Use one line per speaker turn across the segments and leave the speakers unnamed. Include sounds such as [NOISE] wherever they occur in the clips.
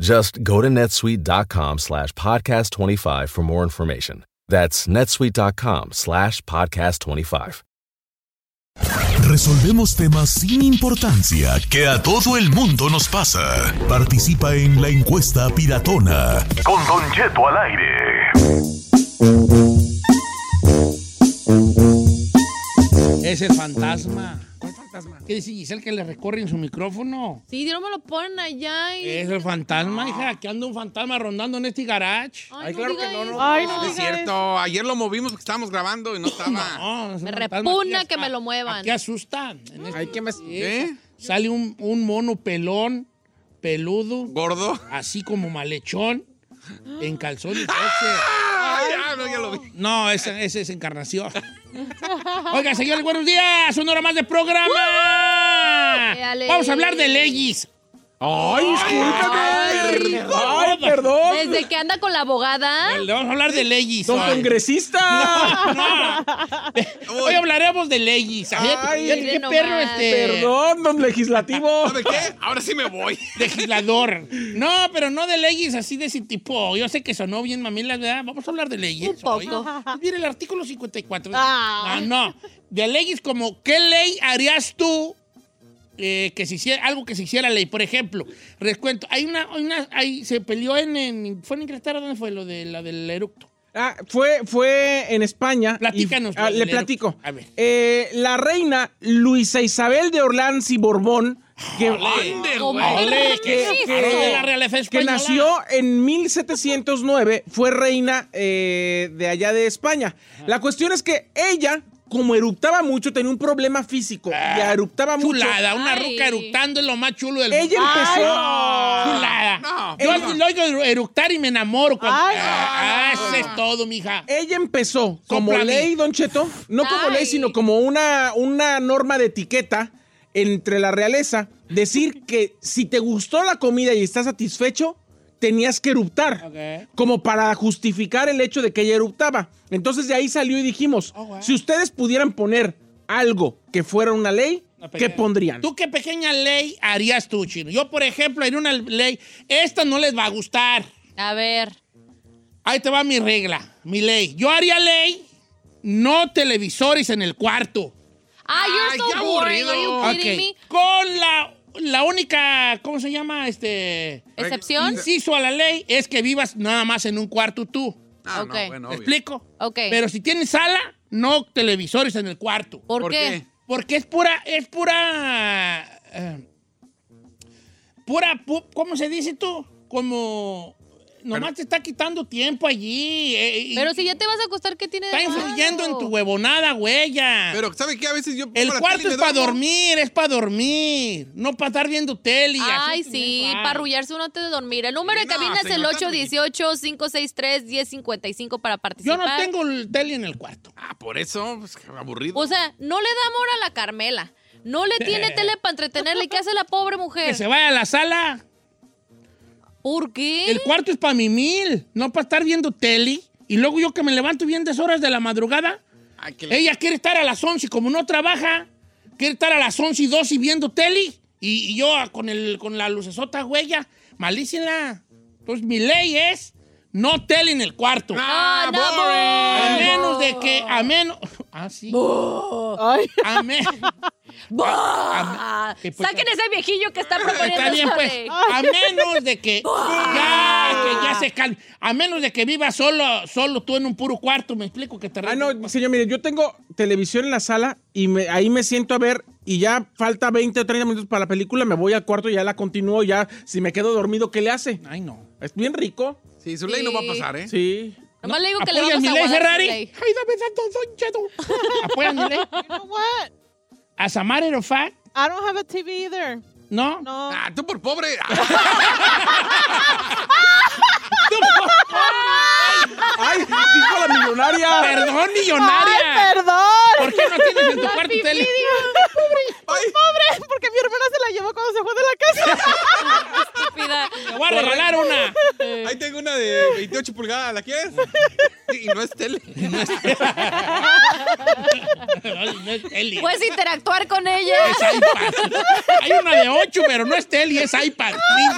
Just go to netsuite.com slash podcast 25 for more information. That's netsuite.com slash podcast 25.
Resolvemos temas sin importancia que a todo el mundo nos pasa. Participa en la encuesta piratona.
Con Don Cheto al aire.
Es el fantasma. ¿Cuál fantasma? ¿Qué dice Giselle que le recorren su micrófono?
Sí, no me lo ponen allá y...
Es el fantasma, hija, que anda un fantasma rondando en este garage.
Ay, no diga eso.
Ay, no es cierto. Ayer lo movimos porque estábamos grabando y no estaba.
No, es un
Me
fantasma.
repugna
Aquí
que me
as-
lo muevan.
Aquí asustan. En este-
Ay, ¿qué me-
Eh,
¿Qué?
Sale un, un mono pelón, peludo,
¿Gordo?
así como malechón, en calzones.
[LAUGHS] Ay, ya, no, ya lo vi.
No, esa, esa es encarnación. Oiga, señores, buenos días. Una hora más de programa.
Éale.
Vamos a hablar de leyes.
Ay,
Ay,
Ay, perdón.
Desde que anda con la abogada.
Le vamos a hablar de leyes.
Don
Ay.
congresista. [LAUGHS]
Hoy hablaremos de leyes. Ay,
mire
qué
nomás.
perro este
Perdón, don legislativo.
¿Sabe qué? Ahora sí me voy.
legislador. No, pero no de leyes así de ese tipo. Yo sé que sonó bien mamilas, ¿verdad? Vamos a hablar de leyes.
Un poco.
hoy. Pues Mira el artículo 54.
Ah.
No, no. De leyes como ¿qué ley harías tú eh, que se hiciera algo que se hiciera ley? Por ejemplo, recuento, hay una, hay una, hay, se peleó en, en- fue en Inglaterra, ¿dónde fue lo de la del eructo?
Ah, fue, fue en España.
Platícanos,
Y- ah, le
Valero.
platico.
A ver.
Eh, la reina Luisa Isabel de Orlanzi Borbón, que,
Ande, güey.
Ole, que,
que-
que- la realeza
que
española.
nació en 1709, fue reina eh, de allá de España. La cuestión es que ella, como eructaba mucho, tenía un problema físico y eructaba mucho.
Ah, Chulada, una
Ay.
ruca eructando es lo más chulo del
Ella
mundo.
empezó.
Chulada.
No,
Yo
no.
lo oigo eructar y me enamoro. Cuando...
Ay.
Ah, eso es todo, mija.
Ella empezó como
Sóplame.
ley, Don Cheto, no como
Ay.
ley, sino como una, una norma de etiqueta entre la realeza, decir que si te gustó la comida y estás satisfecho, tenías que eruptar,
Ok.
como para justificar el hecho de que ella eruptaba. Entonces de ahí salió y dijimos,
Oh, wow.
si ustedes pudieran poner algo que fuera una ley,
Una
¿qué
pequeña-
pondrían?
¿Tú qué pequeña ley harías tú, Chino? Yo, por ejemplo, haría una ley. Esta no les va a gustar.
A ver.
Ahí te va mi regla, mi ley. Yo haría ley, no televisores en el cuarto.
Ah, you're
Ay,
so
qué
boring. Are you
aburrido.
kidding
Ok. Con la, la única, ¿cómo se llama? Este...
me? ¿Excepción?
Inciso a la ley es que vivas nada más en un cuarto tú.
[LAUGHS] Ah, no,
Ok.
bueno,
¿Me
obvio.
explico?
Ok.
Pero si tienes sala, no televisores en el cuarto.
¿Por,
¿Por
qué?
Porque es pura, es pura, eh, pura, pu- ¿cómo se dice tú? Como, nomás te está quitando tiempo allí. eh, y
Pero si ya te vas a acostar, ¿qué tiene de
Está influyendo
malo?
en tu huevonada, huella.
Pero, ¿sabe qué? A veces yo.
el
pongo la
cuarto
tele y
es
me
para
duermo.
dormir, es para dormir. No para estar viendo tele. y
Ay,
así,
sí,
claro.
para arrullarse uno antes de dormir. El número de
No,
cabina es el
señor, está
818-563-1055 para
Yo
participar.
no tengo el tele en el cuarto.
Ah, por eso, pues, qué aburrido.
O sea, no le da amor a la Carmela. No le tiene
[LAUGHS]
tele para entretenerle. ¿Qué hace la pobre
Que
mujer?
se vaya a la sala.
¿Por qué?
El cuarto es para mi mil, no para estar viendo tele. Y luego yo que me levanto bien 10 horas de la madrugada.
Ay, que la-
Ella quiere estar a las 11 y como no trabaja, quiere estar a las 11 y 12 y viendo tele. Y, y yo ah, con, el, con la lucesota huella, malísima. Entonces mi ley es no tele en el cuarto.
Ah,
no,
A
boring.
menos de que, a menos... [LAUGHS] Ah, sí. A menos...
¡Bah!
¿Qué fue?
Saquen ese viejillo que está proponiendo
pues, Ah, Está bien,
esa
pues.
ley.
A menos de
[LAUGHS]
que
Ah.
ya, que ya se calme. A menos de que vivas solo, solo tú en un puro cuarto, me explico que te
Ah, no, señor, mire, yo tengo televisión en la sala y me- ahí me siento a ver y ya falta 20 o 30 minutos para la película, me voy al cuarto y ya la continúo, ya si me quedo dormido, ¿qué le hace?
Ay, no.
Es bien rico.
Sí, su ley no va a pasar, ¿eh?
Sí.
Nomás le digo que le
¿Apoyan
vamos
mi
a
ley,
guardar su
Ferrari?
ley.
Ay, dame tanto, don Cheto. [LAUGHS] ¿Apoyan mi ley? As a matter of fact,
I don't have a TV either.
¿no?
No.
Ah, tú por pobre.
¡Ay! ¡Dijo la millonaria!
Perdón,
¡Ay,
millonaria.
perdón! [LAUGHS]
¿Por qué no tienes en tu cuarto tele?
¡Pobre! Porque mi hermana se la llevó cuando se fue de la
[LAUGHS]
casa.
Estúpida.
Te voy a regalar una.
[LAUGHS] Ahí tengo una de 28 pulgadas, ¿la quieres? [LAUGHS] y no es tele.
[LAUGHS] Ay, no es tele.
Puedes Pues interactuar con ella.
Es iPad. Hay una de 8, pero no es tele, es
[LAUGHS]
iPad. mini.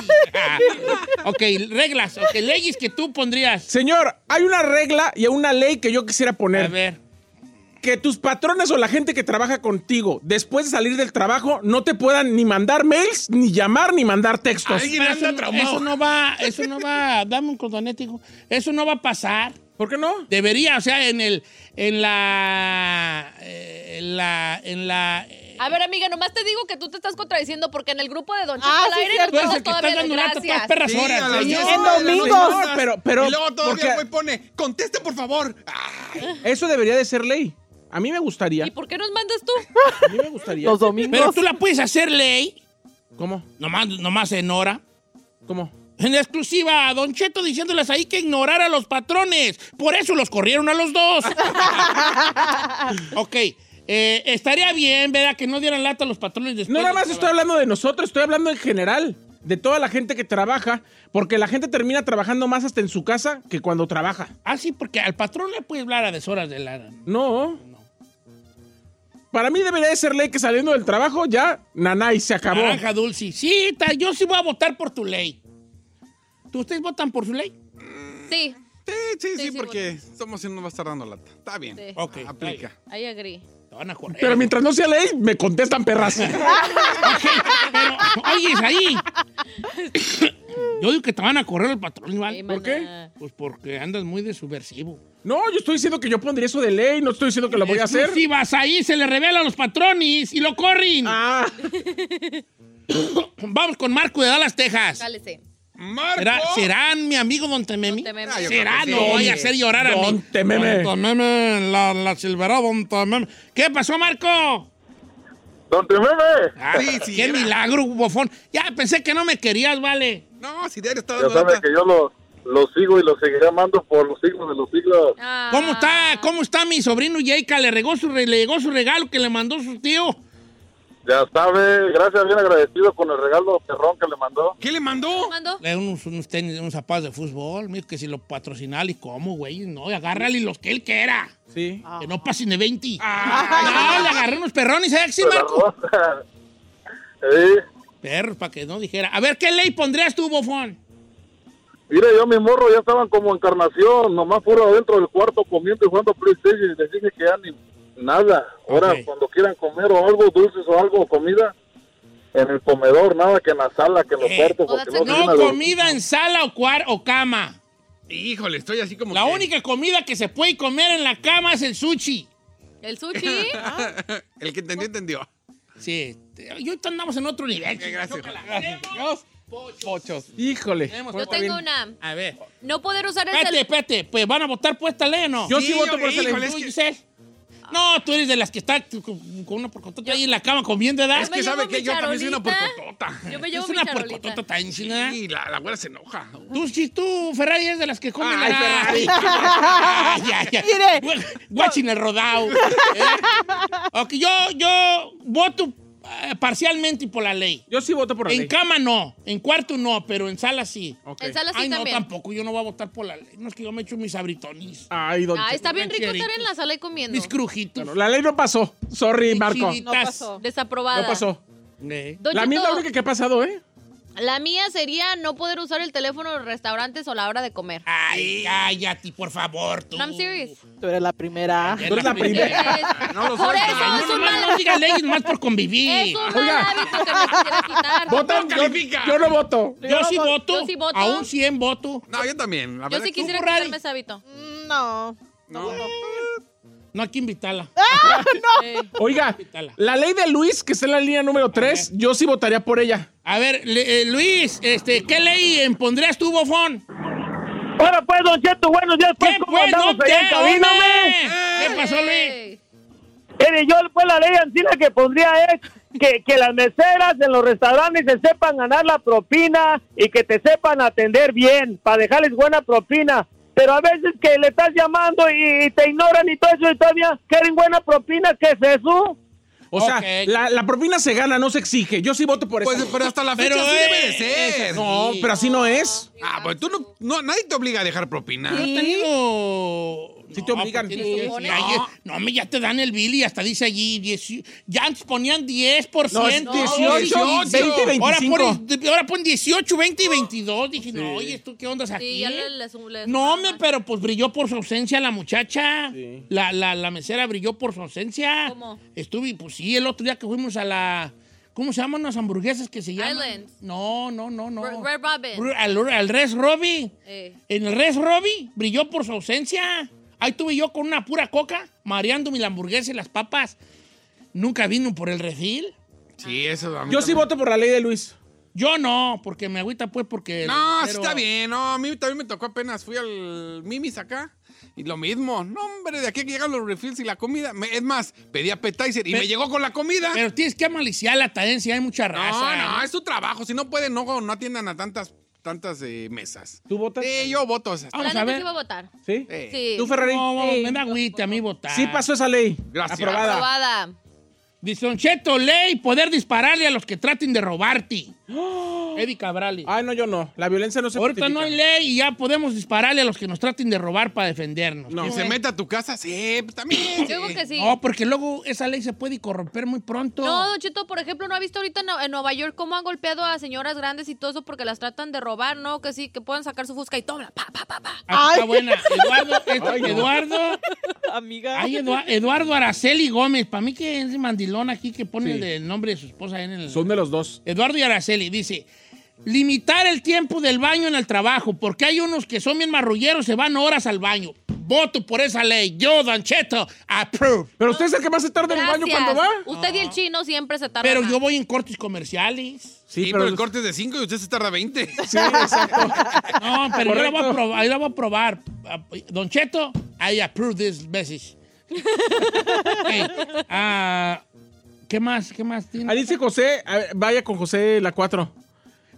ok, reglas. Ok, leyes que tú pondrías.
Señor, hay una regla y una ley que yo quisiera
A
poner.
ver.
Que tus patrones o la gente que trabaja contigo, después de salir del trabajo, no te puedan ni mandar mails, ni llamar, ni mandar textos.
Ay,
Pero
anda
eso, no-
traumado.
eso no va, eso no va, dame un cordonete, hijo. Eso no va a pasar.
¿Por qué no?
Debería, o sea, en el, en la, eh, en la, en la, eh,
A ver, amiga, nomás te digo que tú te estás contradiciendo porque en el grupo de Don Cheto
Ah,
al
sí,
aire
cierto.
tú
no
eres
tomas
el que estás
todavía
dando
de
lata todas
gracias.
perras
Sí,
horas. ¿eh?
a las
señor.
10
Ah, En
horas de la
domingos.
noche.
No, pero- pero-
Y luego
porque-
todavía el güey pone, conteste por favor. Ah, Ay,
Eso debería de ser ley. A mí me gustaría.
¿Y por qué nos mandas tú?
A mí me gustaría.
Los domingos.
Pero tú la puedes hacer ley,
¿Cómo?
nomás, nomás en hora.
¿Cómo?
En exclusiva, Don Cheto diciéndoles ahí que ignorar a los patrones. Por eso los corrieron a los
[LAUGHS]
dos. ok. eh, estaría bien, ¿verdad? Que no dieran lata a los patrones después.
No nada
del
más estoy
trabajo.
hablando de nosotros, estoy hablando en general, de toda la gente que trabaja, porque la gente termina trabajando más hasta en su casa que cuando trabaja.
Ah, sí, porque al patrón le puedes hablar a deshoras de la...
No. Para mí debería de ser ley que saliendo del trabajo ya, nanay, se acabó.
Naranja dulce. Sí, ta- yo sí voy a votar por tu ley. ¿Tú ustedes votan por su ley?
Sí,
Sí, sí, sí,
sí,
porque somos y no va a estar dando lata. Está bien. Ah,
Sí.
Ok,
Aplica.
ahí agree.
Te van a correr.
Pero mientras no sea ley, me contestan perras. [LAUGHS]
Pero, [LAUGHS] oye, es ahí. yo digo que te van a correr el patrón, Iván.
Sí,
¿Por qué?
maná.
Pues porque andas muy de subversivo.
No, yo estoy diciendo que yo pondría eso de ley, no estoy diciendo que lo voy a hacer.
Si vas ahí, se le revela a los patrones y lo corren.
Ah,
Vamos con Marco de Dallas, Texas.
Cálese.
Marco.
¿Será, ¿Serán mi amigo Don Tememi?
Don Tememi.
Ah, yo creo
¿Será?
que
No
sí.
voy a hacer llorar a mí.
Don Tememe.
Don Tememe, la, la Silverado, Don Tememe. ¿Qué pasó, Marco?
Don eh, Tememe,
Ah,
Sí, sí,
qué
era.
milagro, bofón. Ya pensé que no me querías, vale.
No, si diario está
ya
dando
sabe
lata.
que yo lo, lo sigo y lo seguiré amando por los siglos de los siglos.
Ah.
¿Cómo está? ¿Cómo está mi sobrino Jaica? Le regó su re- le llegó su regalo que le mandó su tío.
Ya sabe, gracias, bien agradecido con el regalo perrón que le mandó.
¿Qué le mandó?
¿Mando?
Le dio unos, unos tenis, unos zapatos de fútbol, mira que si lo patrocinal y cómo, güey, no, y agárrale los que él quiera.
sí.
Que no pasen de 20. Ah, no, le agarré unos perrones, ¿eh? Sí, Marco.
[LAUGHS] Sí.
Perros, para que no dijera. A ver, ¿qué ley pondrías tú, bofón?
Mira, yo mi morro ya estaban como encarnación, nomás fuera adentro del cuarto comiendo y jugando PlayStation y les dije que ya ni nada. Ahora,
Ok.
cuando quieran comer o algo, dulces o algo, comida, en el comedor, nada que en la sala, que en los
Eh,
cuartos.
todas
porque
se-
no
No
vienen a los-
comida en sala o, cuar o cama.
Híjole, estoy así como.
La
que-
única comida que se puede comer en la cama es el sushi.
¿El
[LAUGHS]
sushi?
Ah,
Ah, pues
El que entendió, entendió.
Sí, te- yo andamos en otro nivel.
Ok, gracias.
Creo que la ganemos. Pochos.
Híjole.
Yo tengo una.
A ver.
No poder usar el
pues Espérate,
celular.
espérate. Pues van a votar por esta ley o no.
Yo sí, voto por esa
híjole,
ley.
es
¿Tú,
que-
Giselle? No, tú eres de las que está con con una porcotota ahí en la cama comiendo, ¿verdad?
Es
me
que
llevo
sabe
mi
que yo también soy una
charolita.
porcotota.
Yo me llevo
Es
mi
una
charolita.
porcotota tan china.
Y la, la güera se enoja.
Tú, sí, tú, Ferrari, es de las que comen.
Ay,
Ferrari.
[LAUGHS]
ay, ay, ay.
Mire.
Gua- Guachin el rodao. ¿Eh? Ok, yo, yo voto eh, parcialmente por la ley.
Yo sí voto por la
en
ley.
cama no, en cuarto no, pero en sala sí.
Ok.
En sala sí
Ay, no,
también.
tampoco, yo no voy a votar por la ley. No es que yo me echo mis abritonis,
Ay, don
Ah,
Cheto.
está bien rico estar
Chicharito.
en la sala y comiendo.
mis crujitos.
La ley no pasó. Sorry,
mis
Marco.
chivitas.
No pasó.
Desaprobada.
No pasó.
Eh.
Don
La mía es la
Cheto,
única que ha pasado, ¿eh?
la mía sería no poder usar el teléfono en los restaurantes o a la hora de
Ah,
comer.
Ay, cállate, por favor, tú.
No, I'm serious.
Tú eres la primera.
Ya
Ah, Tú eres la primera.
Yes.
No lo
Por
suelta.
eso es
No,
un
nomás
mal,
no digas leyes más por convivir.
es un mal
Oiga.
hábito que me quisiera quitar.
¿Votan? Yo,
califica.
yo no voto.
Yo sí voto.
Yo sí voto.
Aún 100 voto.
No, yo también. La
Yo
verdad
sí
que-
quisiera
Ferrari.
quitarme ese hábito.
Mm, No.
No.
No hay que invitarla.
Eh,
Oiga,
Quítala.
la ley de Luis, que está en la línea número 3, yo sí votaría por ella.
A ver, le- eh, Luis, este, ¿qué ley impondrías tú, bofón?
Bueno, pues, Don Cheto, buenos días,
¿Qué
pues, ¿cómo andamos
no
allá en
te-
cabina,
hombre?
hombre?
¿Qué pasó, Luis?
eh.
Mire, yo, pues, la ley ancina que pondría es que, que las meseras en los restaurantes se sepan ganar la propina y que te sepan atender bien, para dejarles buena propina. Pero a veces que le estás llamando y, y te ignoran y todo eso, y todavía quieren buena propina, ¿qué es eso?
O sea,
Ok.
la, la propina se gana, no se exige. Yo sí voto por eso.
Pues, pero hasta la fecha
Pero,
sí debe
eh,
de ser.
no, pero así no es.
Ah, pues tú no, no- Nadie te obliga a dejar propina.
Yo he tenido-
Sí te
No,
obligan.
pues tienes que
Sí.
decir, ay, eh, No, hombre, ya te dan el bill y hasta dice allí, 10 ya antes ponían 10%.
No, es 18, 20, 25.
Ahora ponen, ahora ponen 18, 20 y 22. Dije, no, oye, ¿tú qué onda aquí?
Sí, ya le, le sum- le
No,
sumaron
hombre,
más.
pero pues brilló por su ausencia la muchacha. La, la, la mesera brilló por su ausencia.
¿Cómo?
Estuve, pues sí, el otro día que fuimos a la. ¿Cómo se llaman las hamburguesas que se llaman?
Islands.
No, no, no, no.
Red- Red Robin.
Ru- Al, al Res Robbie.
Eh.
En el Res Robbie brilló por su ausencia. Ahí tuve yo con una pura coca, mareándome la hamburguesa y las papas. Nunca vino por el refil.
Sí, eso a mí
Yo sí
también.
voto por la ley de Luis.
Yo no, porque me agüita pues porque...
No, sí
pero-
está bien. No, a mí también me tocó apenas. Fui al Mimis acá. Y lo mismo. No, hombre, de aquí que llegan los refills y la comida. Me- es más, pedí appetizer y
Pe-
me llegó con la comida.
Pero tienes que amaliciarla también si hay mucha
no,
raza.
no, es su trabajo. Si no pueden, no, no atiendan a tantas, tantas eh, mesas.
¿Tú votas?
Sí, yo voto. o sea,
Ah,
La
Vamos a
neta
ver.
sí iba a votar.
¿Sí?
eh,
Sí.
¿Tú, Ferrari?
No, no, me da agüita a mí votar.
Sí pasó esa ley.
Gracias.
Aprobada.
Aprobada.
Dice Don Cheto, ley, poder dispararle a los que traten de
[GASPS]
robarte. Eddie Cabrales.
Ay, no, yo no. La violencia no se
Ahorita
justifica.
no hay ley y ya podemos dispararle a los que nos traten de robar para defendernos.
Que se meta a tu casa, sí, pues, también.
Yo digo
sí.
que sí.
No, porque luego esa ley se puede corromper muy pronto.
No, Don Cheto, por ejemplo, ¿no ha visto ahorita en, en Nueva York cómo han golpeado a señoras grandes y todo eso porque las tratan de robar, no? Que sí, que puedan sacar su fusca y toma, pa, pa, pa, pa.
Ah,
Ay.
está buena.
[LAUGHS]
Eduardo, esta-
Ay, no.
Eduardo,
Amiga.
ay, Edua- Eduardo Araceli Gómez. Para mí que es mandilón aquí que pone
Sí.
el, de- el nombre de su esposa en el...
Son de los dos.
Eduardo y Araceli dice, limitar el tiempo del baño en el trabajo, porque hay unos que son bien marrulleros, se van horas al baño. Voto por esa ley. Yo, Dancheto, approve.
Pero usted es el que más se tarda en el
Gracias.
baño cuando va.
Usted y el chino siempre se tardan.
Pero yo
más.
voy en cortes comerciales.
Sí, pero, el corte es de 5 y usted se tarda 20.
Sí, [LAUGHS] exacto.
No, pero yo la voy a
Correcto.
probar. Ahí la voy a probar. Don Cheto, I approve this message. Ok, ah, ¿Qué más? ¿Qué más tiene?
Ahí Ah, dice José, a ver, vaya con José la 4.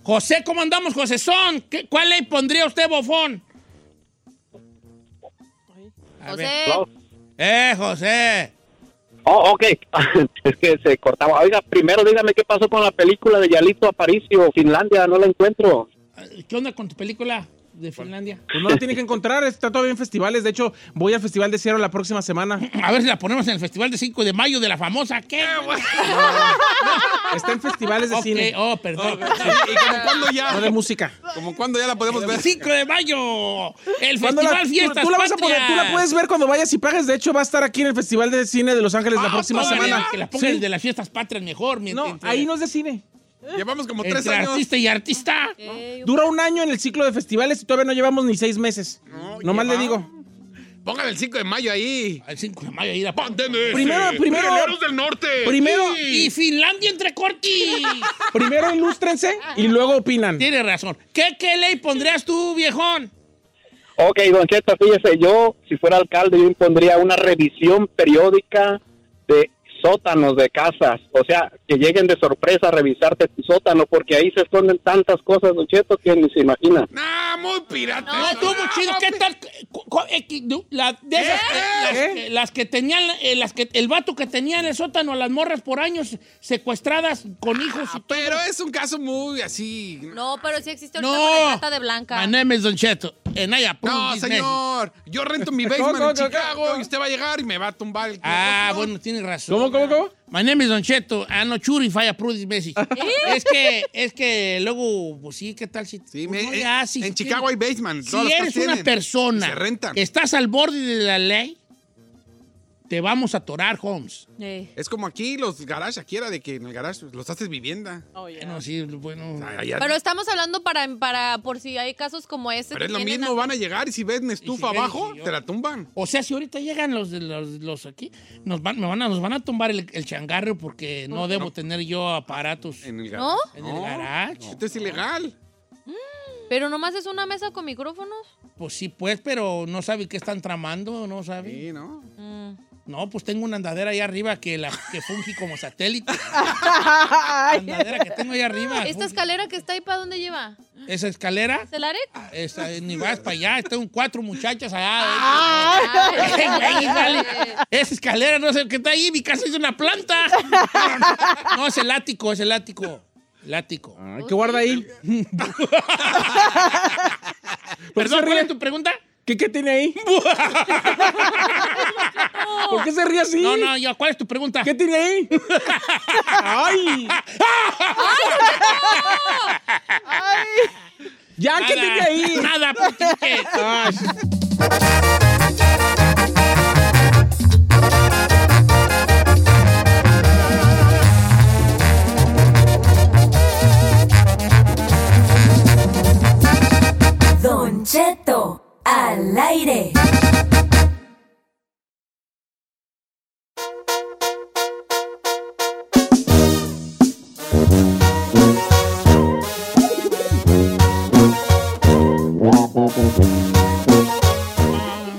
José, ¿cómo andamos, José Son? ¿Qué- ¿Cuál ley pondría usted, bofón? A ver.
José,
Eh, José.
Oh, ok. [LAUGHS] es que se cortaba. Oiga, primero dígame qué pasó con la película de Yalito Aparicio, Finlandia, no la encuentro.
Ah, ¿Qué onda con tu película de Finlandia?
Pues no lo
[LAUGHS]
tiene que encontrar, está todavía en festivales. De hecho, voy al Festival de Cierro la próxima semana.
A ver si la ponemos en el Festival de 5 de Mayo de la famosa. ¿Qué?
Está en festivales de
Ok,
cine,
oh, perdón.
¿Y como cuando
no
ya?
de música.
Como cuando ya la podemos ver?
5 de Mayo, el
Cuando
Festival
la- tú-
Fiestas
tú, la vas a
Patrias.
poner, tú la puedes ver cuando vayas y pagues. De hecho, va a estar aquí en el Festival de Cine de Los Ángeles la
Ah,
próxima
Órale,
semana.
Que la pongan
Sí.
el de las Fiestas Patrias mejor. mi-
No,
entre-
ahí no es de cine.
Llevamos como
Entre
3 años.
artista y artista.
Dura un año en el ciclo de festivales y todavía no llevamos ni seis meses.
No,
Nomás le
lleva-
digo.
Póngale el 5 de mayo ahí.
El 5 de Mayo ahí la
Mantén
Primero-
ese.
primero-
Pioneros del norte.
Primero,
Y Finlandia entre cortis.
primero ilústrense y luego opinan.
Tienes razón. ¿Qué, ¿Qué ley pondrías tú, viejón?
Ok, don Cheto, fíjese, yo si fuera alcalde yo impondría una revisión periódica de sótanos de casas, o sea,
que lleguen de sorpresa a revisarte tu sótano, porque ahí se esconden tantas cosas, Don Cheto, que ni se imagina.
¡Ah, muy pirata!
No, estuvo muy chido. ¿Qué tal? Cu- cu- eh, que- du- la- de esas, eh, las, eh, las que tenían, eh, las que, el vato que tenía en el sótano a las morras por años secuestradas con hijos. y todo.
Ah, Pero es un caso muy así.
No, pero sí existe ahorita con la
no.
trata de blanca.
My name is Don Cheto. And I approve
Ah, No,
this message.
señor. Yo rento mi
¿Cómo, cómo,
basement en
cómo,
Chicago
cómo?
y usted va a llegar y me va a tumbar el
Ah,
negocio.
bueno, tiene razón.
¿Cómo, cómo, cómo?
My name is Don Cheto. Ah, no, Churi, falla Prudis Messi. es que, es que luego, pues sí, ¿qué tal si?
¿Eh? Sí,
pues,
me-
no,
eh,
ya, si-
en
si-
Chicago hay basement.
Si
todas las
eres
casas
una
tienen.
persona
Se rentan.
que estás al borde de la ley, te vamos a atorar, Holmes.
Eh.
Es como aquí los garages, aquí era de que en el garage los haces vivienda.
Oh, yeah.
Bueno, sí, bueno.
Allá-
Pero estamos hablando para, para por si hay casos como ese.
pero
que
es lo
tienen
mismo,
a-
van a llegar y si ves una estufa
ven,
abajo,
y yo-
te la tumban.
O sea, si ahorita llegan los de los, los aquí, nos van, me van a, nos van a tumbar el, el changarro porque no debo tener yo aparatos en,
En el
¿No?
garage.
el garage.
Esto es ilegal.
Pero nomás es una mesa con micrófonos.
Pues sí, pues, pero no sabe qué están tramando, no sabe.
Sí, ¿no?
No, pues tengo una andadera ahí arriba que la que funge como satélite.
Ay.
andadera que tengo ahí arriba.
Esta
funge.
escalera que está ahí, ¿para dónde lleva?
Esa escalera,
¿Celarec?
esa, ni vas para allá, tengo cuatro muchachas allá.
Ah, Ay,
Eh,
[LAUGHS]
güey, dale.
eh,
Esa escalera, no sé qué está ahí, mi casa es una planta. Pero no- No, es el ático, es el ático. El ático.
Ay, ¿Qué guarda ahí? ¿Por qué Pues se
Perdón, ¿cuál
ríe?
es tu pregunta?
¿Qué, qué
[LAUGHS]
tiene ahí? ¿Por qué se ríe así?
No, no, yo, ¿cuál es tu pregunta?
¿Qué tiene
[LAUGHS]
ahí? ¡Ay!
Ay.
¿Ya qué tiene ahí?
Nada, pues, porque ¿qué?
Ay,
Don Cheto, al aire.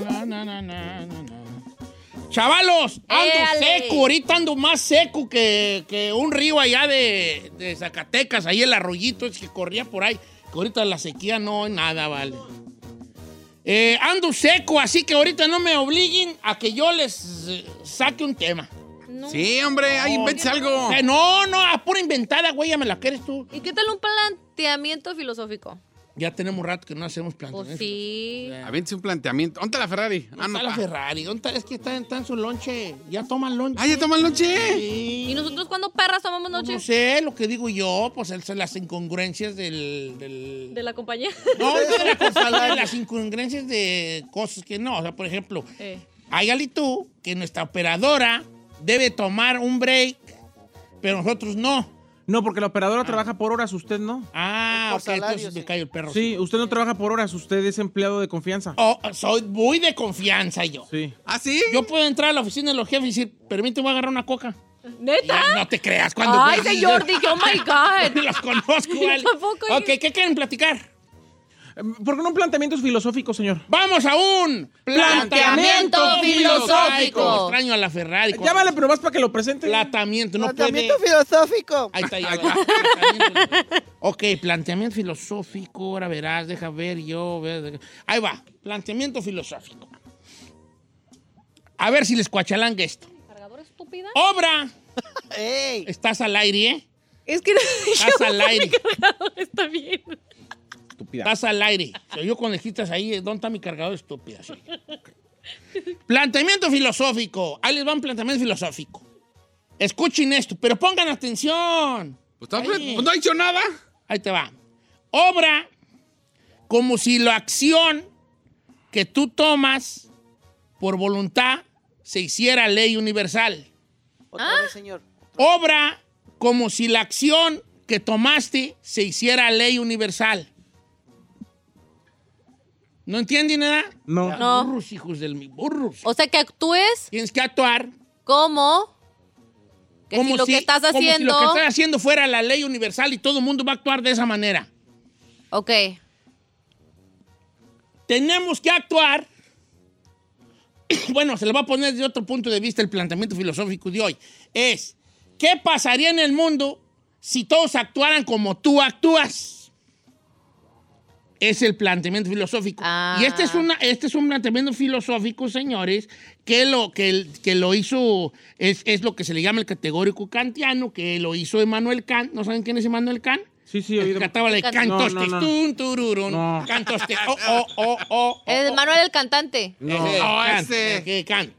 Na, na, na, na, na, na. Chavalos, ando
Éale.
seco, ahorita ando más seco que, que un río allá de, de Zacatecas, ahí el arroyito es que corría por ahí, que ahorita la sequía no hay nada, vale. Eh, ando seco, así que ahorita no me obliguen a que yo les eh, saque un tema.
no.
Sí, hombre, ahí inventes algo.
Eh, no, no, a pura inventada, güey, ya me la quieres tú.
¿Y qué tal un planteamiento filosófico?
Ya tenemos rato que no hacemos planteamientos.
Pues sí.
Avientes un planteamiento. ¿Dónde está la Ferrari?
¿Dónde
Ah, no.
está la
ah.
Ferrari? ¿Dónde está? Es que está, está en su lonche, ya toman lonche.
Ah, ya toma el lonche.
Sí.
¿Y nosotros cuándo perras tomamos
Pues
noche?
No sé, lo que digo yo, pues el- las incongruencias del... del-
De
[LAUGHS]
la compañía.
No, de
[LAUGHS]
la cosa, de las incongruencias de cosas que no. O sea, por ejemplo,
Eh.
hay tú que nuestra operadora debe tomar un break, pero nosotros no.
No, porque la operadora trabaja por horas, usted no.
Ah,
Por
ok, entonces
salario,
me
sí.
cae el perro.
Sí, usted no trabaja por horas, usted es empleado de confianza.
Oh, soy muy de confianza yo.
Sí.
¿Ah, sí?
Yo puedo entrar a la oficina de los jefes y decir, permíteme agarrar una coca. Y
¿Neta?
ya no te creas cuando...
Ay, señor, dije, oh
[LAUGHS]
my God.
Los conozco, vale.
Tampoco yo.
Ok, ¿qué quieren platicar?
¿Por qué no planteamientos filosóficos, señor?
Vamos a un
Planteamiento filosófico.
Ay, cómo extraño a la Ferrari. con-
Llámale, pero más para que lo presente.
Planteamiento, no puede.
Planteamiento filosófico.
Ahí está, ya va. Planteamiento. Ok, planteamiento filosófico. Ahora verás, deja ver yo. ver- Ahí va, planteamiento filosófico. A ver si les cuachalanga esto.
¿Cargadora estúpida?
Obra,
[LAUGHS] Ey.
estás al aire,
[LAUGHS]
¿eh?
Es que [LAUGHS]
Estás al aire,
está bien.
Estúpida.
estás al aire. Se oyó conejitas ahí, eh, ¿dónde está mi cargador estúpida? Sí. Planteamiento filosófico. Ahí les va un planteamiento filosófico. Escuchen esto, pero pongan atención.
Pues, está-
Ay.
pues no ha hecho nada.
Ahí te va. Obra como si la acción que tú tomas por voluntad se hiciera ley universal.
Otra
¿Ah?
vez, señor.
Obra como si la acción que tomaste se hiciera ley universal. ¿No entienden nada?
No.
No.
Burros, hijos del mi burros.
O sea, que actúes
Tienes que actuar
como... Que si lo que estás
como si
haciendo...
lo que estás haciendo fuera la ley universal y todo el mundo va a actuar de esa manera.
Ok.
Oh, tenemos que actuar. [CLEARS THROAT] Bueno, se lo va a poner desde otro punto de vista el planteamiento filosófico de hoy. Es ¿Qué pasaría en el mundo si todos actuaran como tú actúas? Es el planteamiento filosófico. Y este es, una, este es un planteamiento filosófico, señores, que lo, que, el- que lo hizo, es, es lo que se le llama el categórico kantiano, que lo hizo Emmanuel Kant. ¿No saben quién es Emmanuel Kant?
Sí, sí,
El que [LAUGHS] cantaba la de
No, no,
Cantostes,
no.
tun, tururun,
No. [LAUGHS]
Cantostes, oh, oh, oh, oh.
El Eh, Manuel el cantante.
Ese, Kant, que Kant.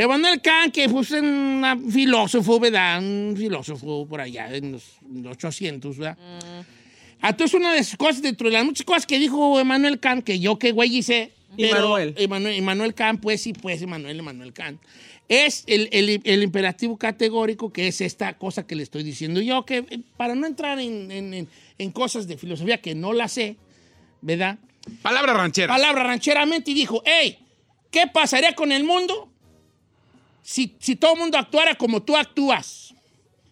Emmanuel Kant, que fue un filósofo, ¿verdad? Un filósofo por allá, en los 800, ¿verdad? Ah, Entonces, una de sus cosas, dentro de las muchas cosas que dijo Emmanuel Kant, que yo que güey hice.
Y
pero
Manuel.
Emmanuel. Emmanuel Kant, pues sí, pues Emmanuel, Emmanuel Kant. Es el, el- el imperativo categórico que es esta cosa que le estoy diciendo yo, que eh, para no entrar en, en- en- en cosas de filosofía que no la sé, ¿verdad?
Palabra ranchera.
Palabra rancheramente y dijo, hey, ¿qué pasaría con el mundo si, si todo el mundo actuara como tú actúas?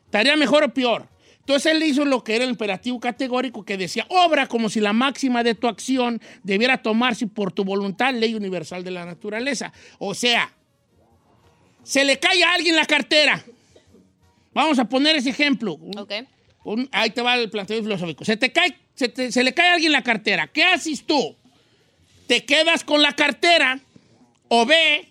¿Estaría mejor o peor? Entonces él hizo lo que era el imperativo categórico que decía, obra como si la máxima de tu acción debiera tomarse por tu voluntad, ley universal de la naturaleza. O sea, se le cae a alguien la cartera. Vamos a poner ese ejemplo. Un-
Ok.
un- ahí te va el planteo filosófico. Se te cae, se, te- se le cae a alguien la cartera. ¿Qué haces tú? ¿Te quedas con la cartera? O B,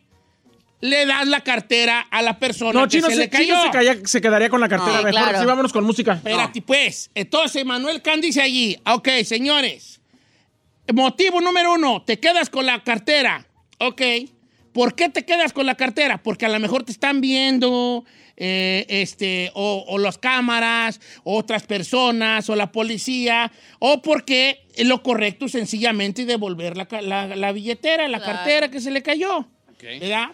le das la cartera a la persona
No,
que
Chino
se,
se,
le cayó.
Chino se, calla- se quedaría con la cartera.
Sí,
mejor
claro.
sí, vámonos con música.
Espérate, pues. Entonces, Manuel Can dice allí, "Ah, ok, señores, motivo número uno, te quedas con la cartera. Ok, ¿por qué te quedas con la cartera? Porque a lo mejor te están viendo, eh, este, o, o las cámaras, o otras personas, o la policía, o porque lo correcto es sencillamente devolver la, ca- la- la billetera, la
Claro.
cartera que se le cayó. ¿Verdad?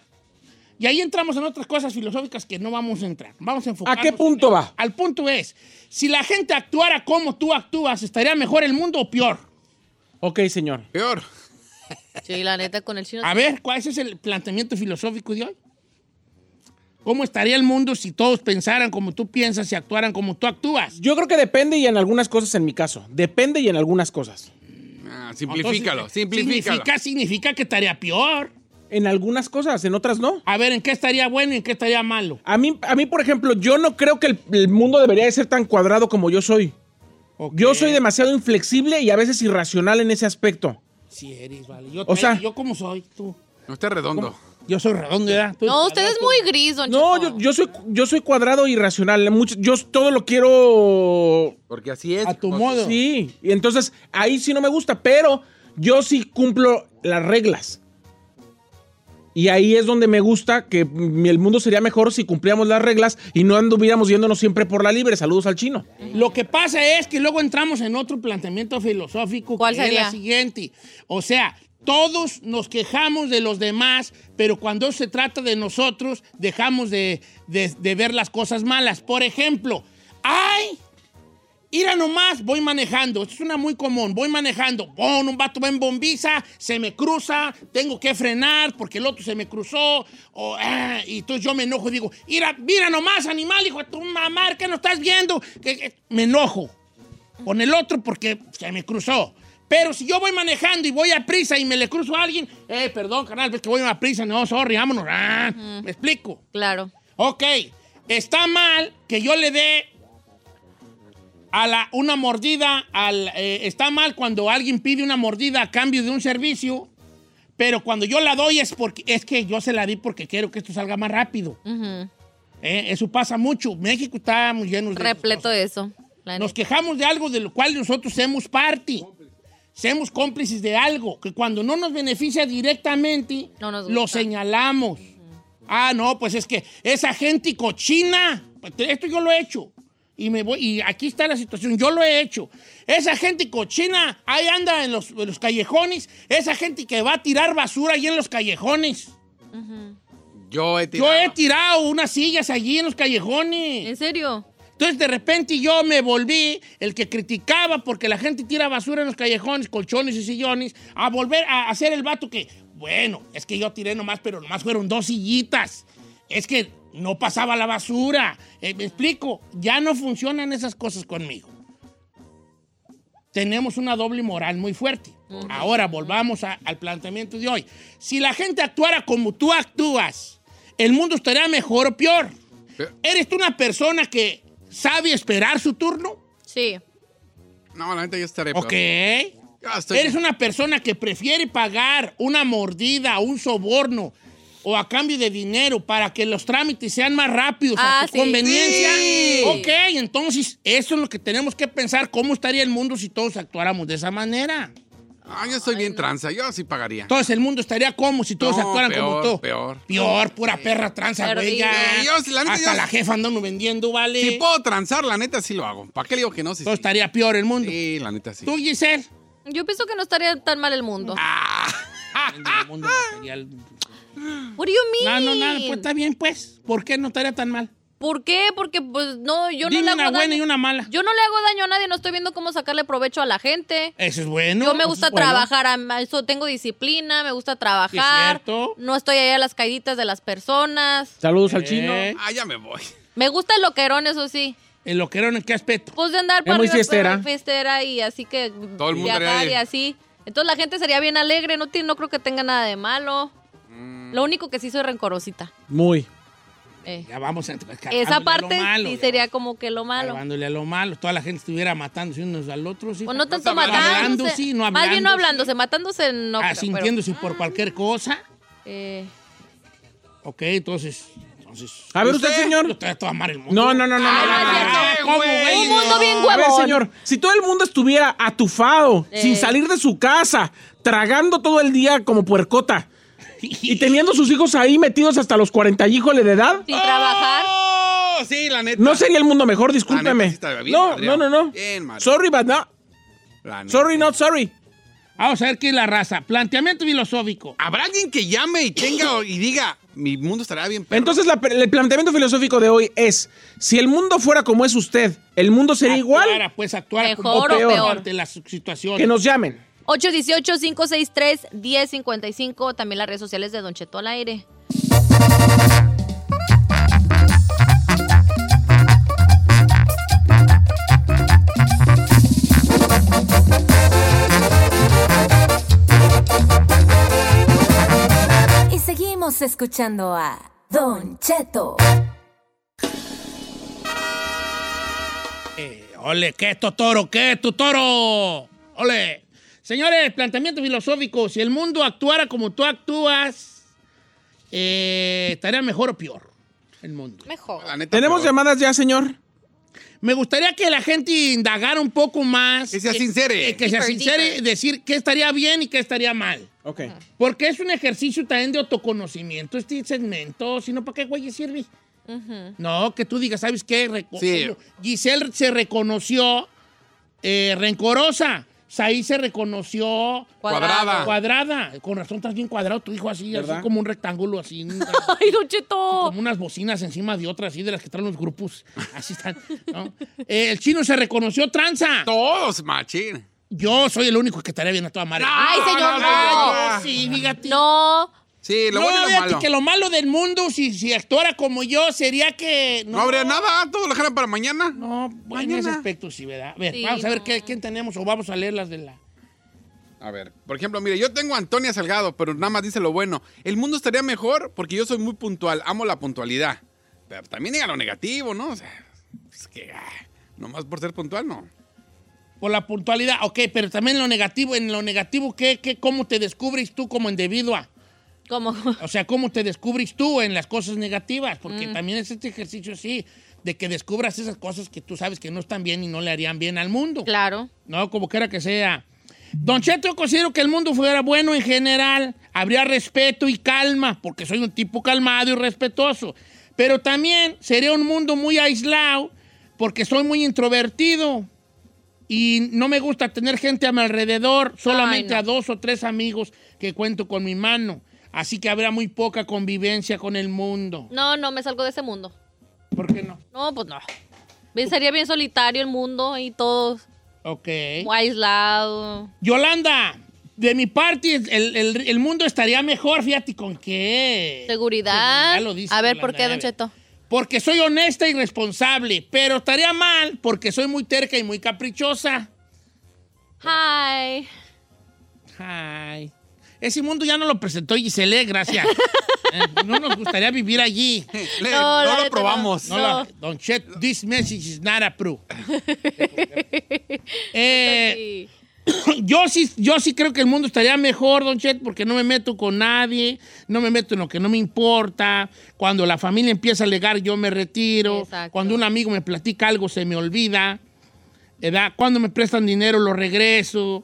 Y ahí entramos en otras cosas filosóficas que no vamos a entrar. Vamos a enfocarnos.
qué punto
en-
va?
Al punto es, si la gente actuara como tú actúas, ¿estaría mejor el mundo o peor?
Ok, señor.
Peor.
Sí, la neta con el chino.
A ver, ¿cuál es el planteamiento filosófico de hoy? ¿Cómo estaría el mundo si todos pensaran como tú piensas y actuaran como tú actúas?
Yo creo que depende y en algunas cosas en mi caso. Depende y en algunas cosas.
Ah, simplifícalo,
Entonces, eh,
simplifícalo.
Significa, significa que estaría peor.
En algunas cosas, en otras no.
A ver, ¿en qué estaría bueno y en qué estaría malo?
A mí, a mí por ejemplo, yo no creo que el, el mundo debería de ser tan cuadrado como yo soy. Yo soy demasiado inflexible y a veces irracional en ese aspecto.
Si eres, vale. Yo,
O sea-
yo como soy, tú.
No está redondo.
Yo soy redondo, ¿verdad? pues, Tú-
No, usted es muy gris, don
No, yo, yo soy, yo soy cuadrado e irracional. Mucho- yo todo lo quiero...
Porque así es. Pues,
A tu
modo.
Sí, y entonces ahí sí no me gusta, pero yo sí cumplo las reglas. Y ahí es donde me gusta que m- el mundo sería mejor si cumplíamos las reglas y no anduviéramos yéndonos siempre por la libre. Saludos al chino.
Lo que pasa es que luego entramos en otro planteamiento filosófico
¿Cuál
que es
sería?
la siguiente. O sea, todos nos quejamos de los demás, pero cuando se trata de nosotros, dejamos de, de- de ver las cosas malas. Por ejemplo, ¡ay! Ira nomás, voy manejando. Esto es una muy común. Voy manejando. Bon, un vato va en bombiza, se me cruza, tengo que frenar porque el otro se me cruzó. o, ah, y entonces yo me enojo y digo, mira, mira nomás, animal, hijo de tu mamá, ¿qué no estás viendo? Que- que- Me enojo con el otro porque se me cruzó. Pero si yo voy manejando y voy a prisa y me le cruzo a alguien, eh, perdón, canal, es que voy a prisa, no, sorry, vámonos. ah, ¿Me explico?
Claro.
Ok, está mal que yo le dé a la, una mordida al... eh, está mal cuando alguien pide una mordida a cambio de un servicio, pero cuando yo la doy es porque es que yo se la di porque quiero que esto salga más rápido.
Ujú.
Eh, eso pasa mucho. México está muy lleno de...
Repleto de eso. la
Nos
neta.
quejamos de algo de lo cual nosotros somos parte. Somos cómplices de algo que cuando no nos beneficia directamente,
No nos
lo
gusta.
señalamos. Ah, no, pues es que esa gente cochina. Pues te- Esto yo lo he hecho. Y, me voy, y aquí está la situación, yo lo he hecho. Esa gente cochina, ahí anda en los, en los callejones. Esa gente que va a tirar basura ahí en los callejones.
Yo he tirado.
Yo he tirado unas sillas allí en los callejones.
¿En serio?
Entonces de repente yo me volví el que criticaba porque la gente tira basura en los callejones, colchones y sillones, a volver a hacer el vato que, bueno, es que yo tiré nomás, pero nomás fueron dos sillitas. Es que no pasaba la basura. Eh, me explico, ya no funcionan esas cosas conmigo. Tenemos una doble moral muy fuerte. Ahora volvamos a- al planteamiento de hoy. Si la gente actuara como tú actúas, el mundo estaría mejor o peor. ¿Eres tú una persona que sabe esperar su turno?
Sí.
No, la neta yo estaré.
Ok.
estoy-
¿Eres una persona que prefiere pagar una mordida, un soborno o a cambio de dinero para que los trámites sean más rápidos a
Ah,
tu
sí.
conveniencia?
Sí.
Ok, entonces eso es lo que tenemos que pensar. ¿Cómo estaría el mundo si todos actuáramos de esa manera?
Ah, yo estoy bien tranza, yo sí pagaría.
Entonces el mundo estaría como si todos
No,
actuaran como
peor,
tú.
Peor.
Peor, pura perra tranza,
Perdido.
güey. ya.
Eh, yo, la neta,
Hasta
yo-
la jefa andando vendiendo, vale.
Si puedo transar, la neta sí lo hago. ¿Para qué le digo que no? Si
Todo estaría peor el mundo.
Sí, la neta sí.
¿Tú, Giselle?
Yo pienso que no estaría tan mal el mundo.
Ah. El mundo material.
What do you
No,
mean?
no, nada, pues está bien, pues. ¿Por qué no estaría tan mal?
¿Por qué? Porque pues no, yo
Dime
no le hago
una buena
daño.
y una mala.
Yo no le hago daño a nadie, no estoy viendo cómo sacarle provecho a la gente.
Eso es bueno.
yo me
eso
gusta
es Eh, pues, bueno.
trabajar, a- eso tengo disciplina, me
Sí,
gusta
es
trabajar.
cierto.
No estoy ahí a las caiditas de las personas.
Saludos al
Eh.
chino.
Ah, ya me voy. [LAUGHS]
Me gusta el loquerón, eso sí.
El loquerón, ¿en qué aspecto?
Pues de andar
Es muy
para arriba, para
fiestera.
abajo, fiestera y así que
Todo el mundo
viajar
era
y
de-
así. Entonces la gente sería bien alegre, no, tiene- no creo que tenga nada de malo.
Mm.
Lo único que sí soy rencorosita.
Muy.
eh.
Ya vamos a
Esa parte
malo,
sí
ya.
sería como que lo malo.
Cargándole a lo malo. Toda la gente estuviera matándose unos al otro. Sí.
O Pues, no tanto
Hablando,
matándose.
sí, no
Más bien no
hablando,
hablándose, matándose no.
ah,
creo, pero, Mm.
sintiéndose por cualquier cosa.
eh,
Ok, entonces. entonces
A ver, usted, señor.
Yo te voy a amar el mundo.
No, no, no, no, no, no, no, no.
Ah, ¿cómo, güey?
Un mundo bien
A ver,
huevón.
señor, si todo el mundo estuviera atufado,
Eh.
sin salir de su casa, tragando todo el día como puercota y teniendo sus hijos ahí metidos hasta los 40 híjole de edad,
Sin trabajar.
Oh, sí, la neta.
no sería el mundo mejor,
La neta Ah, sí
discúlpeme.
está bien
No, no,
madreado.
no, no.
Bien madreado.
Sorry, but no.
La neta.
Sorry, not sorry.
Vamos a ver qué es la raza. Planteamiento filosófico.
¿Habrá alguien que llame y
[COUGHS]
tenga y diga, mi mundo estará bien perro"?
Entonces, la- el planteamiento filosófico de hoy es: si el mundo fuera como es usted, ¿el mundo
Ah,
sería igual?
Actuara, pues actuar
Mejor
como
o
tú
peor.
ante la situación.
Que nos llamen.
818-563-1055. También las redes sociales de Don Cheto al aire.
Y seguimos escuchando a Don Cheto.
Eh, ole, ¿qué es toro? ¿Qué es tu toro? Ole. Señores, planteamiento filosófico. Si el mundo actuara como tú actúas, eh, ¿estaría mejor o peor el mundo?
Mejor.
La neta,
¿Tenemos
peor.
llamadas ya, señor?
Me gustaría que la gente indagara un poco más.
Que sea
Eh,
sincere.
eh, que sea
Deeper,
sincere y
deeper.
decir qué estaría bien y qué estaría mal.
Ok.
Porque es un ejercicio también de autoconocimiento este segmento, si no, ¿para qué güey sirve? No, que tú digas, ¿sabes qué? Reco-
Sí.
Giselle se reconoció eh, rencorosa. Saí se reconoció
Cuadrada.
cuadrada. Con razón estás bien cuadrado, tu hijo así, así
¿Verdad?
como un rectángulo, así. un-
Ay, Don Cheto.
como unas bocinas encima de otras, así de las que traen los grupos. Así están. ¿no? Eh, el chino se reconoció tranza.
Todos, machín.
Yo soy el único que estaría bien a toda madre.
Ay, señor,
Ay,
no.
yo sí, fíjate.
No.
Sí, lo
no,
bueno y lo
fíjate
malo.
que lo malo del mundo, si, si actuara como yo, sería que...
No habría nada, todo lo dejaran para mañana.
No, bueno, en ese aspecto sí, ¿verdad? A ver,
Sí,
vamos a ver
no.
qué, quién tenemos o vamos a leer las de la...
A ver, por ejemplo, mire, yo tengo a Antonia Salgado, pero nada más dice lo bueno. El mundo estaría mejor porque yo soy muy puntual, amo la puntualidad. Pero también diga lo negativo, ¿no? O sea, es que ah, nomás por ser puntual, no.
Por la puntualidad, ok, pero también lo negativo, en lo negativo, ¿qué, qué, ¿cómo te descubres tú como individua?
Como.
O sea, ¿cómo te descubres tú en las cosas negativas? Porque
Mm.
también es este ejercicio así, de que descubras esas cosas que tú sabes que no están bien y no le harían bien al mundo.
Claro.
No, como quiera que sea. Don Cheto, yo considero que el mundo fuera bueno en general. Habría respeto y calma, porque soy un tipo calmado y respetuoso. Pero también sería un mundo muy aislado, porque soy muy introvertido. Y no me gusta tener gente a mi alrededor, solamente
no.
a dos o tres amigos que cuento con mi mano. Así que habrá muy poca convivencia con el mundo.
No, no, me salgo de ese mundo.
¿Por qué no?
No, pues no. Me Sería bien solitario el mundo y todo
Ok.
aislado.
Yolanda, de mi parte, el, el- el mundo estaría mejor, fíjate, ¿con qué?
Seguridad.
Ya lo dice
a ver,
Yolanda,
¿por qué,
ya
Don
ve.
Cheto?
Porque soy honesta y responsable, pero estaría mal porque soy muy terca y muy caprichosa.
Hi.
Ay. Ese mundo ya no lo presentó Gisele, gracias. Eh, no nos gustaría vivir allí.
[LAUGHS] Le- No, no la lo neta, probamos.
No,
no.
la- Don Chet, this message is not approved. Eh, yo, sí, yo sí creo que el mundo estaría mejor, Don Chet, porque no me meto con nadie, no me meto en lo que no me importa. Cuando la familia empieza a legar, yo me retiro.
Exacto.
Cuando un amigo me platica algo, se me olvida. ¿verdad? Cuando me prestan dinero, lo regreso.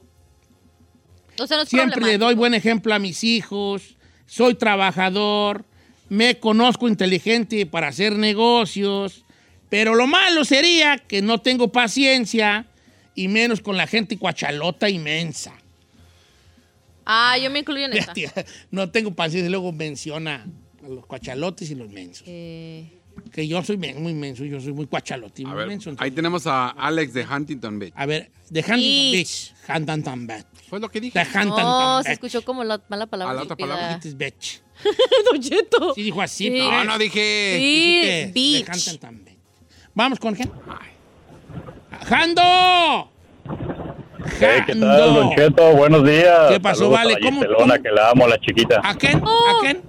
O sea, no es
Siempre le
problemático.
doy buen ejemplo a mis hijos. Soy trabajador. Me conozco inteligente para hacer negocios. Pero lo malo sería que no tengo paciencia y menos con la gente cuachalota inmensa.
Ah, yo
[LAUGHS]
me incluyo en esta.
No tengo paciencia. y Luego menciona a los cuachalotes y los mensos.
Eh,
Que yo soy men- muy menso, yo soy muy cuachalote y
A
muy
ver,
menso.
ahí tenemos a Alex de Huntington Beach.
A ver, de Huntington Beach. Huntington Beach.
Fue lo que dije.
De Huntington
no,
Beach.
se escuchó como la mala palabra.
A la otra
estúpida.
palabra.
Huntington Beach.
[LAUGHS] Don Cheto.
Sí, dijo así.
Sí.
pero-
No, no dije.
Sí,
Dijiste, de
bitch.
Huntington también. Vamos con gente. ¡Jando!
Hey, ¿Qué tal, Don Cheto? Buenos días.
¿Qué pasó,
Saludos
Vale?
A la
¿Cómo-
Giselona,
cómo?
que la amo, la chiquita.
¿A quién?
Oh.
¿A quién?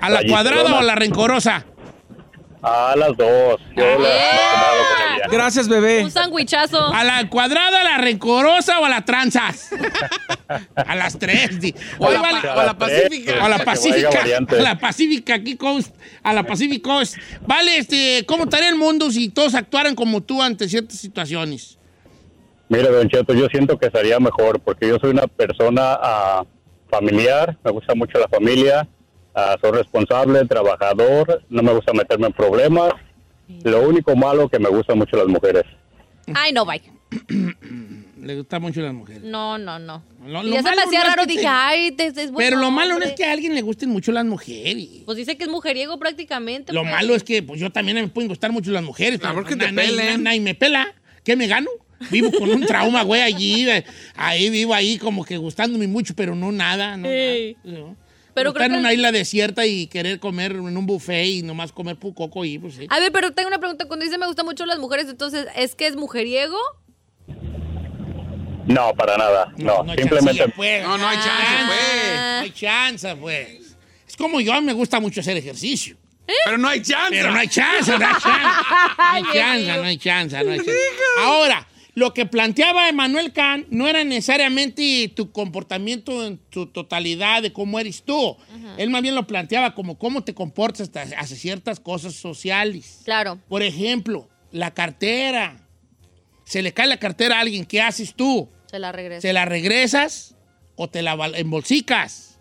¿A la
Ahí
cuadrada
está.
o a la rencorosa? Ah.
A las dos. Yo la
Gracias, bebé.
Un Eh. sandwichazo.
¿A la cuadrada, a la rencorosa o a las tranzas? a las tres. di.
O a
Oye,
la
vale.
pa- o a la
A
[LAUGHS]
Pacífica.
la
Que
Pacífica.
vaya variante.
A la Pacífica aquí Coast. A la Pacific Coast. Vale, este, ¿cómo estaría el mundo si todos actuaran como tú ante ciertas situaciones?
Mire, Don Cheto, yo siento que sería mejor porque yo soy una persona ah, familiar, me gusta mucho la familia, ah, soy responsable, trabajador, no me gusta meterme en problemas. Lo único malo que me gustan mucho las mujeres.
Ay, no, bye.
Le gustan mucho las mujeres.
No, no, no.
Lo-
Y
lo
ya se me
malo no
hacía
es
raro,
que te-
dije, ay, te- es bueno.
Pero lo malo no es que a alguien le gusten mucho las mujeres.
Pues dice que es mujeriego prácticamente.
Lo
pues.
malo es que pues, yo también me pueden gustar mucho las mujeres.
Claro
pero
que te
na- na-
pelen.
na- Nadie me pela. ¿Qué me gano? Vivo con un trauma, güey, allí. eh, Ahí vivo ahí como que gustándome mucho, pero no nada. No,
Ey.
nada, no.
Pero
Estar
creo que
en una
el-
isla desierta y querer comer en un buffet y nomás comer pucoco y pues sí.
A ver, pero tengo una pregunta. Cuando dice me gustan mucho las mujeres, entonces, ¿es que es mujeriego?
No, para nada. No,
hay
simplemente.
chancilla, pues.
No, no hay chance, pues.
Ah,
No hay chance, pues. Es como yo, me gusta mucho hacer ejercicio.
Pero no hay chance.
Pero no hay chance, no hay chance.
Ay,
No hay chance, no hay chance, no hay chance. Ahora, lo que planteaba Emanuel Kant no era necesariamente tu comportamiento en tu totalidad de cómo eres tú. Él más bien lo planteaba como cómo te comportas hacia hacia ciertas cosas sociales.
Claro.
Por ejemplo, la cartera. Se le cae la cartera a alguien, ¿qué haces tú?
Se la regresa.
¿Se la regresas o te la val- embolsicas?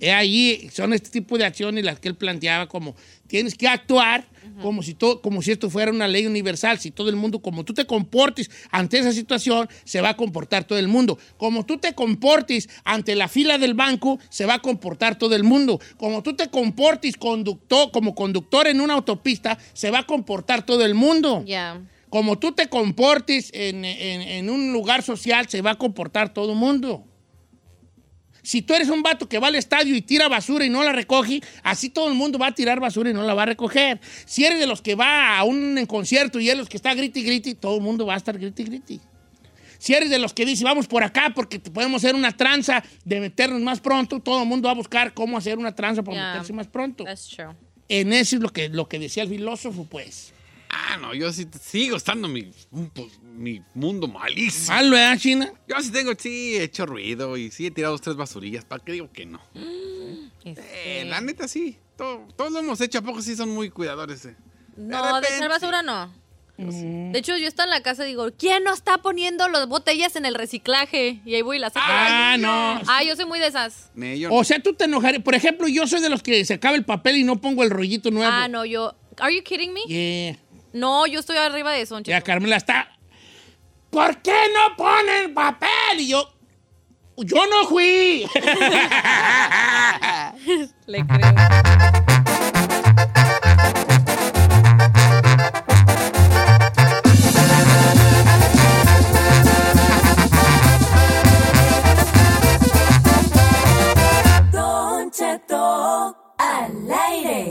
He ahí, son este tipo de acciones las que él planteaba como tienes que actuar como, si todo, como si esto fuera una ley universal. Si todo el mundo, como tú te comportes ante esa situación, se va a comportar todo el mundo. Como tú te comportes ante la fila del banco, se va a comportar todo el mundo. Como tú te comportes conductor, como conductor en una autopista, se va a comportar todo el mundo.
Ya.
Como tú te comportes en, en- en un lugar social, se va a comportar todo el mundo. Si tú eres un vato que va al estadio y tira basura y no la recoge, así todo el mundo va a tirar basura y no la va a recoger. Si eres de los que va a un concierto y eres los que está griti griti, todo el mundo va a estar griti griti. Si eres de los que dice, vamos por acá porque te podemos hacer una tranza de meternos más pronto, todo el mundo va a buscar cómo hacer una tranza para
Ya.
meterse más pronto.
That's true.
En eso es lo que, lo que decía el filósofo, pues.
Ah, no, yo sí t- sigo estando en mi, un po- mi mundo malísimo.
Malo, ¿eh, China?
Yo sí tengo, sí, he hecho ruido y sí he tirado dos, tres basurillas. ¿Para qué digo que no?
Este,
Eh, la neta sí. Todo- todos lo hemos hecho. ¿A poco sí son muy cuidadores? eh?
No, de
repente.
echar basura no. De hecho, yo estaba en la casa y digo, ¿quién no está poniendo las botellas en el reciclaje? Y ahí voy y las saco.
Ah, no.
Ah, yo soy muy de esas.
Ne, yo no.
O sea, tú te enojarías. Por ejemplo, yo soy de los que se acaba el papel y no pongo el rollito nuevo.
Ah, no, yo. ¿Are you kidding me?
Yeah.
No, yo estoy arriba de eso. don
Ya
Cheto.
Carmela está. ¿Por qué no ponen papel? Y yo. Yo no fui. [LAUGHS]
Le creo.
Don Cheto al aire.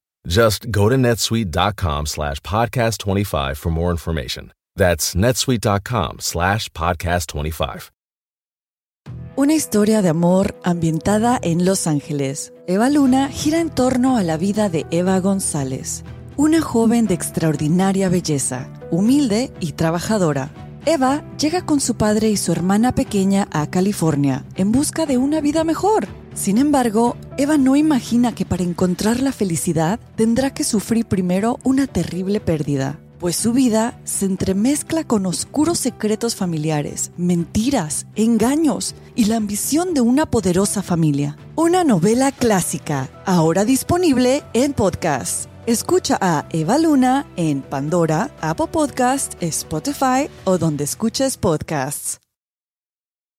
Just go to netsuite.com slash podcast 25 for more information. That's netsuite.com slash podcast 25.
Una historia de amor ambientada en Los Ángeles. Eva Luna gira en torno a la vida de Eva González, una joven de extraordinaria belleza, humilde y trabajadora. Eva llega con su padre y su hermana pequeña a California en busca de una vida mejor. Sin embargo, Eva no imagina que para encontrar la felicidad tendrá que sufrir primero una terrible pérdida, pues su vida se entremezcla con oscuros secretos familiares, mentiras, engaños y la ambición de una poderosa familia. Una novela clásica, ahora disponible en podcast. Escucha a Eva Luna en Pandora, Apple Podcast, Spotify o donde escuches podcasts.